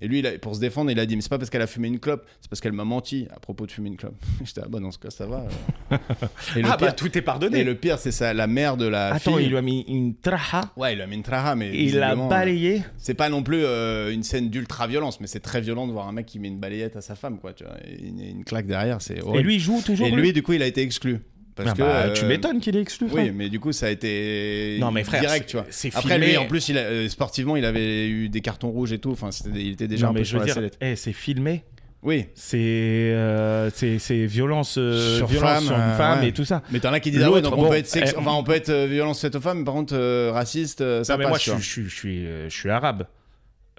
Speaker 2: Et lui, il a- pour se défendre, il a dit, mais c'est pas parce qu'elle a fumé une clope, c'est parce qu'elle m'a menti à propos de fumer une clope. [laughs] J'étais, ah bah, dans ce cas, ça va. euh.
Speaker 1: [laughs]
Speaker 2: Et le
Speaker 1: Ah bah,
Speaker 2: pire,
Speaker 1: tout est
Speaker 2: et
Speaker 1: pardonné.
Speaker 2: le pire, c'est ça, la mère de la
Speaker 1: Attends,
Speaker 2: fille.
Speaker 1: il lui a mis une traha.
Speaker 2: Ouais, il lui a mis une traha, mais.
Speaker 1: Et il a
Speaker 2: visiblement, euh,
Speaker 1: balayé.
Speaker 2: c'est pas non plus euh, une scène d'ultra violence, mais c'est très violent de voir un mec qui met une balayette à sa femme, quoi. Tu vois, et une, une claque derrière, c'est.
Speaker 1: Et
Speaker 2: horrible.
Speaker 1: lui, il joue toujours.
Speaker 2: Et lui, du coup, il a été exclu. Parce
Speaker 1: Ah
Speaker 2: que,
Speaker 1: bah,
Speaker 2: euh,
Speaker 1: Tu m'étonnes qu'il est exclu.
Speaker 2: Oui,
Speaker 1: frère.
Speaker 2: mais du coup, ça a été
Speaker 1: Non, mais frère,
Speaker 2: direct,
Speaker 1: c'est-
Speaker 2: tu vois.
Speaker 1: c'est
Speaker 2: Après,
Speaker 1: filmé.
Speaker 2: lui, en plus, il a- euh, sportivement, il avait eu des cartons rouges et tout. Enfin, c'était- il était déjà
Speaker 1: Non,
Speaker 2: un
Speaker 1: mais
Speaker 2: peu
Speaker 1: je
Speaker 2: sur
Speaker 1: veux
Speaker 2: la
Speaker 1: dire,
Speaker 2: sellette.
Speaker 1: eh, c'est filmé.
Speaker 2: Oui.
Speaker 1: C'est euh, c'est- c'est violence, euh,
Speaker 2: Sur
Speaker 1: violence
Speaker 2: femme,
Speaker 1: sur
Speaker 2: euh,
Speaker 1: une femme
Speaker 2: ouais.
Speaker 1: et tout ça.
Speaker 2: Mais t'en as qui disent, ah ouais,
Speaker 1: L'autre,
Speaker 2: donc on,
Speaker 1: bon,
Speaker 2: peut être sexe-
Speaker 1: eh,
Speaker 2: enfin, on peut être euh, violence faite aux femmes, mais par contre, euh, raciste, euh, ça
Speaker 1: non, mais
Speaker 2: passe.
Speaker 1: moi,
Speaker 2: tu
Speaker 1: je,
Speaker 2: vois.
Speaker 1: suis- je, suis- je suis, euh, je suis arabe.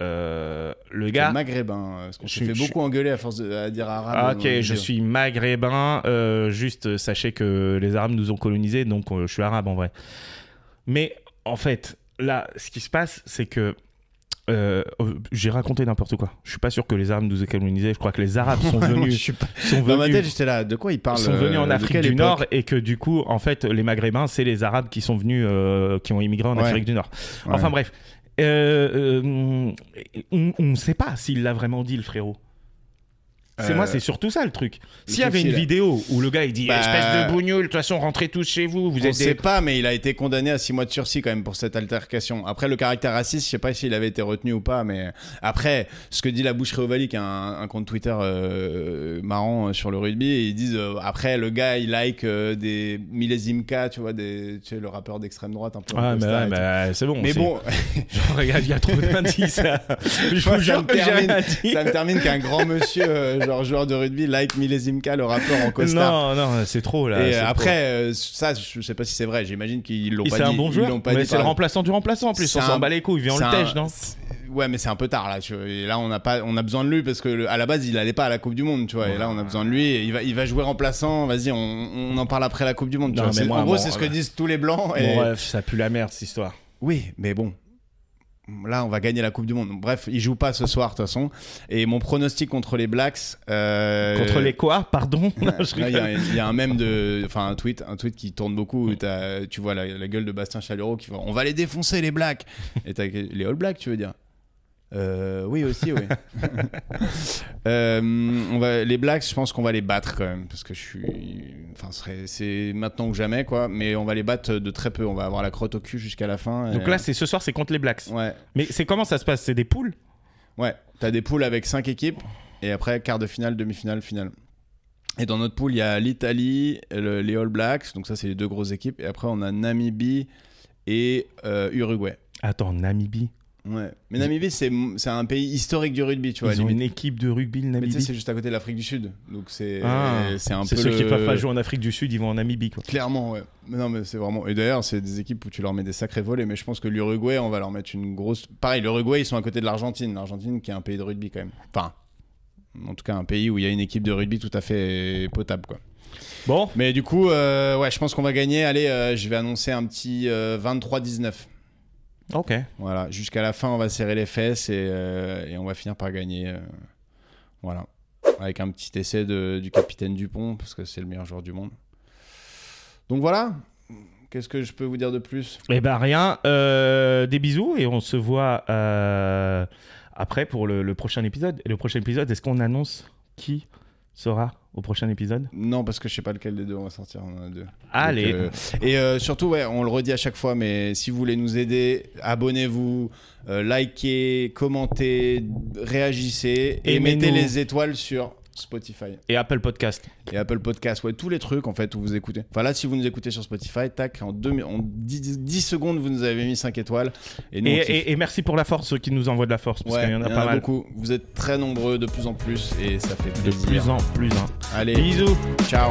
Speaker 1: Euh, le
Speaker 2: C'est
Speaker 1: gars.
Speaker 2: maghrébin, euh, parce qu'on
Speaker 1: Je suis-
Speaker 2: s'est fait
Speaker 1: je
Speaker 2: beaucoup engueuler à force de à dire arabe. euh,
Speaker 1: Ah,
Speaker 2: dans
Speaker 1: ok,
Speaker 2: les
Speaker 1: je
Speaker 2: vidéos.
Speaker 1: suis maghrébin. euh, juste, euh, sachez que les Arabes nous ont colonisés, donc euh, je suis arabe en vrai. Mais en fait, là, ce qui se passe, c'est que. euh, euh, j'ai raconté n'importe quoi. Je suis pas sûr que les Arabes nous aient colonisés. Je crois que les Arabes
Speaker 2: [laughs]
Speaker 1: sont
Speaker 2: Moi, je
Speaker 1: venus,
Speaker 2: suis pas-
Speaker 1: sont
Speaker 2: Dans ma
Speaker 1: venus-
Speaker 2: tête, j'étais là, de quoi il parle
Speaker 1: sont venus
Speaker 2: euh,
Speaker 1: en
Speaker 2: de
Speaker 1: Afrique
Speaker 2: quelle
Speaker 1: du
Speaker 2: époque
Speaker 1: Nord et que du coup, en fait, les Maghrébins, c'est les Arabes qui sont venus, euh, qui ont immigré en
Speaker 2: Ouais.
Speaker 1: Afrique du Nord.
Speaker 2: Ouais.
Speaker 1: Enfin bref. euh, euh, on ne sait pas s'il l'a vraiment dit, le frérot. C'est
Speaker 2: Euh,
Speaker 1: moi, c'est surtout ça le truc. S'il y
Speaker 2: truc,
Speaker 1: avait une
Speaker 2: c'est là.
Speaker 1: vidéo où le gars il dit
Speaker 2: Bah,
Speaker 1: espèce de bougnoule, de toute façon rentrez tous chez vous, vous
Speaker 2: on
Speaker 1: êtes des-
Speaker 2: sait pas, mais il a été condamné à 6 mois de sursis quand même pour cette altercation. Après, le caractère raciste, je sais pas s'il avait été retenu ou pas, mais après, ce que dit la boucherie Ovalie, qui a un, un compte Twitter euh, marrant euh, sur le rugby, ils disent euh, après, le gars il like euh, des Millésim K, tu vois, des, tu sais, le rappeur d'extrême droite un peu.
Speaker 1: Ouais,
Speaker 2: un peu
Speaker 1: mais,
Speaker 2: star
Speaker 1: ouais,
Speaker 2: et tout.
Speaker 1: mais c'est bon.
Speaker 2: mais
Speaker 1: c'est-
Speaker 2: bon,
Speaker 1: [laughs] Genre, regarde, il y a
Speaker 2: [laughs]
Speaker 1: trop d'indices. là. Je vous
Speaker 2: ça
Speaker 1: jure
Speaker 2: me
Speaker 1: que j'ai
Speaker 2: termine-
Speaker 1: rien dit.
Speaker 2: ça me termine qu'un grand monsieur, euh, genre joueur de rugby, like Millésim K, le rappeur en
Speaker 1: Non,
Speaker 2: costard.
Speaker 1: non, c'est trop là.
Speaker 2: Et
Speaker 1: c'est
Speaker 2: euh,
Speaker 1: trop.
Speaker 2: après, euh, ça, je sais pas si c'est vrai. J'imagine qu'ils l'ont
Speaker 1: Il-
Speaker 2: pas
Speaker 1: c'est
Speaker 2: dit.
Speaker 1: un bon
Speaker 2: ils
Speaker 1: joueur,
Speaker 2: l'ont pas
Speaker 1: mais
Speaker 2: dit
Speaker 1: c'est le
Speaker 2: par-
Speaker 1: remplaçant du remplaçant en plus.
Speaker 2: C'est
Speaker 1: On s'en
Speaker 2: un-
Speaker 1: bat les couilles, il vient
Speaker 2: c'est
Speaker 1: le
Speaker 2: un-
Speaker 1: tèche, non
Speaker 2: c'est- Ouais, mais c'est un peu tard là. tu vois. Et là, on a pas, on a besoin de lui parce que le- à la base, il allait pas à la Coupe du Monde, tu vois. Et là, on a besoin de lui. Et il va, il va jouer remplaçant. Vas-y, on, on en parle après la Coupe du Monde. tu
Speaker 1: Non,
Speaker 2: vois.
Speaker 1: mais
Speaker 2: C'est-
Speaker 1: moi,
Speaker 2: en gros,
Speaker 1: bon,
Speaker 2: c'est ce que
Speaker 1: voilà.
Speaker 2: disent tous les blancs. Et...
Speaker 1: Bon, bref, ça pue la merde cette histoire.
Speaker 2: Oui, mais bon. Là, on va gagner la Coupe du Monde. Bref, il joue pas ce soir, de toute façon. Et mon pronostic contre les Blacks. euh,
Speaker 1: Contre les quoi Pardon Non, je
Speaker 2: Là, Il y,
Speaker 1: rigole.
Speaker 2: a- il y a un même de, enfin un tweet, un tweet qui tourne beaucoup. Où t'as- tu vois la, la gueule de Bastien Chalureau qui va, on va les défoncer les Blacks. Et t'as les All Blacks, tu veux dire Euh, Oui aussi, oui. Euh, on va, les Blacks, je pense qu'on va les battre quand même parce que je suis, enfin ce serait- c'est maintenant ou jamais quoi. Mais on va les battre de très peu. On va avoir la crotte au cul jusqu'à la fin. et-
Speaker 1: Donc là, c'est ce soir, c'est contre les Blacks.
Speaker 2: ouais,
Speaker 1: Mais c'est comment ça se passe C'est des poules
Speaker 2: ouais. T'as des poules avec cinq équipes et après quart de finale, demi-finale, finale. Et dans notre poule, il y a l'Italie, le- les All Blacks, donc ça c'est les deux grosses équipes. Et après, on a Namibie et euh, Uruguay.
Speaker 1: Attends, Namibie.
Speaker 2: Ouais. Mais Namibie, c'est c'est un pays historique du rugby, tu vois.
Speaker 1: Ils ont
Speaker 2: limite.
Speaker 1: une équipe de rugby, le
Speaker 2: Mais tu sais, c'est
Speaker 1: Namibie.
Speaker 2: juste à côté de l'Afrique du Sud, donc c'est
Speaker 1: Ah,
Speaker 2: c'est un peu
Speaker 1: C'est ceux
Speaker 2: le-
Speaker 1: qui peuvent pas jouer en Afrique du Sud, ils vont en Namibie. Quoi.
Speaker 2: Clairement, ouais. Mais Non, mais c'est vraiment. Et d'ailleurs, c'est des équipes où tu leur mets des sacrés volets. Mais je pense que l'Uruguay, on va leur mettre une grosse. Pareil, l'Uruguay, ils sont à côté de l'Argentine. L'Argentine, qui est un pays de rugby quand même. Enfin, en tout cas, un pays où il y a une équipe de rugby tout à fait potable, quoi.
Speaker 1: Bon,
Speaker 2: Mais du coup, euh, ouais, je pense qu'on va gagner. Allez, euh, je vais annoncer un petit euh, 23-19.
Speaker 1: ok.
Speaker 2: Voilà, jusqu'à la fin, on va serrer les fesses et, euh, et on va finir par gagner. euh, voilà. Avec un petit essai de- du capitaine Dupont, parce que c'est le meilleur joueur du monde. Donc voilà. Qu'est-ce que je peux vous dire de plus
Speaker 1: Eh ben rien, euh, des bisous et on se voit euh, après pour le, le prochain épisode. Et le prochain épisode, est-ce qu'on annonce qui sera au prochain épisode
Speaker 2: Non, parce que je sais pas lequel des deux on va sortir. On en a deux.
Speaker 1: Allez,
Speaker 2: Donc, euh, et euh, surtout, ouais, on le redit à chaque fois, mais si vous voulez nous aider, abonnez-vous, euh, likez, commentez, réagissez et
Speaker 1: Aimez-nous.
Speaker 2: mettez les étoiles sur Spotify.
Speaker 1: et Apple Podcast.
Speaker 2: et Apple Podcast, ouais, tous les trucs en fait où vous écoutez. Enfin là, si vous nous écoutez sur Spotify, tac, en, deux, mi- en 10, 10 secondes, vous nous avez mis 5 étoiles. Et nous,
Speaker 1: Et,
Speaker 2: on kiffe.
Speaker 1: et- et merci pour la force, ceux qui nous envoient de la force, parce
Speaker 2: Ouais,
Speaker 1: qu'il y en a pas mal.
Speaker 2: beaucoup. Vous êtes très nombreux de plus en plus et ça fait
Speaker 1: De
Speaker 2: plaisir.
Speaker 1: plus en plus. hein.
Speaker 2: Allez,
Speaker 1: Bisous
Speaker 2: ciao.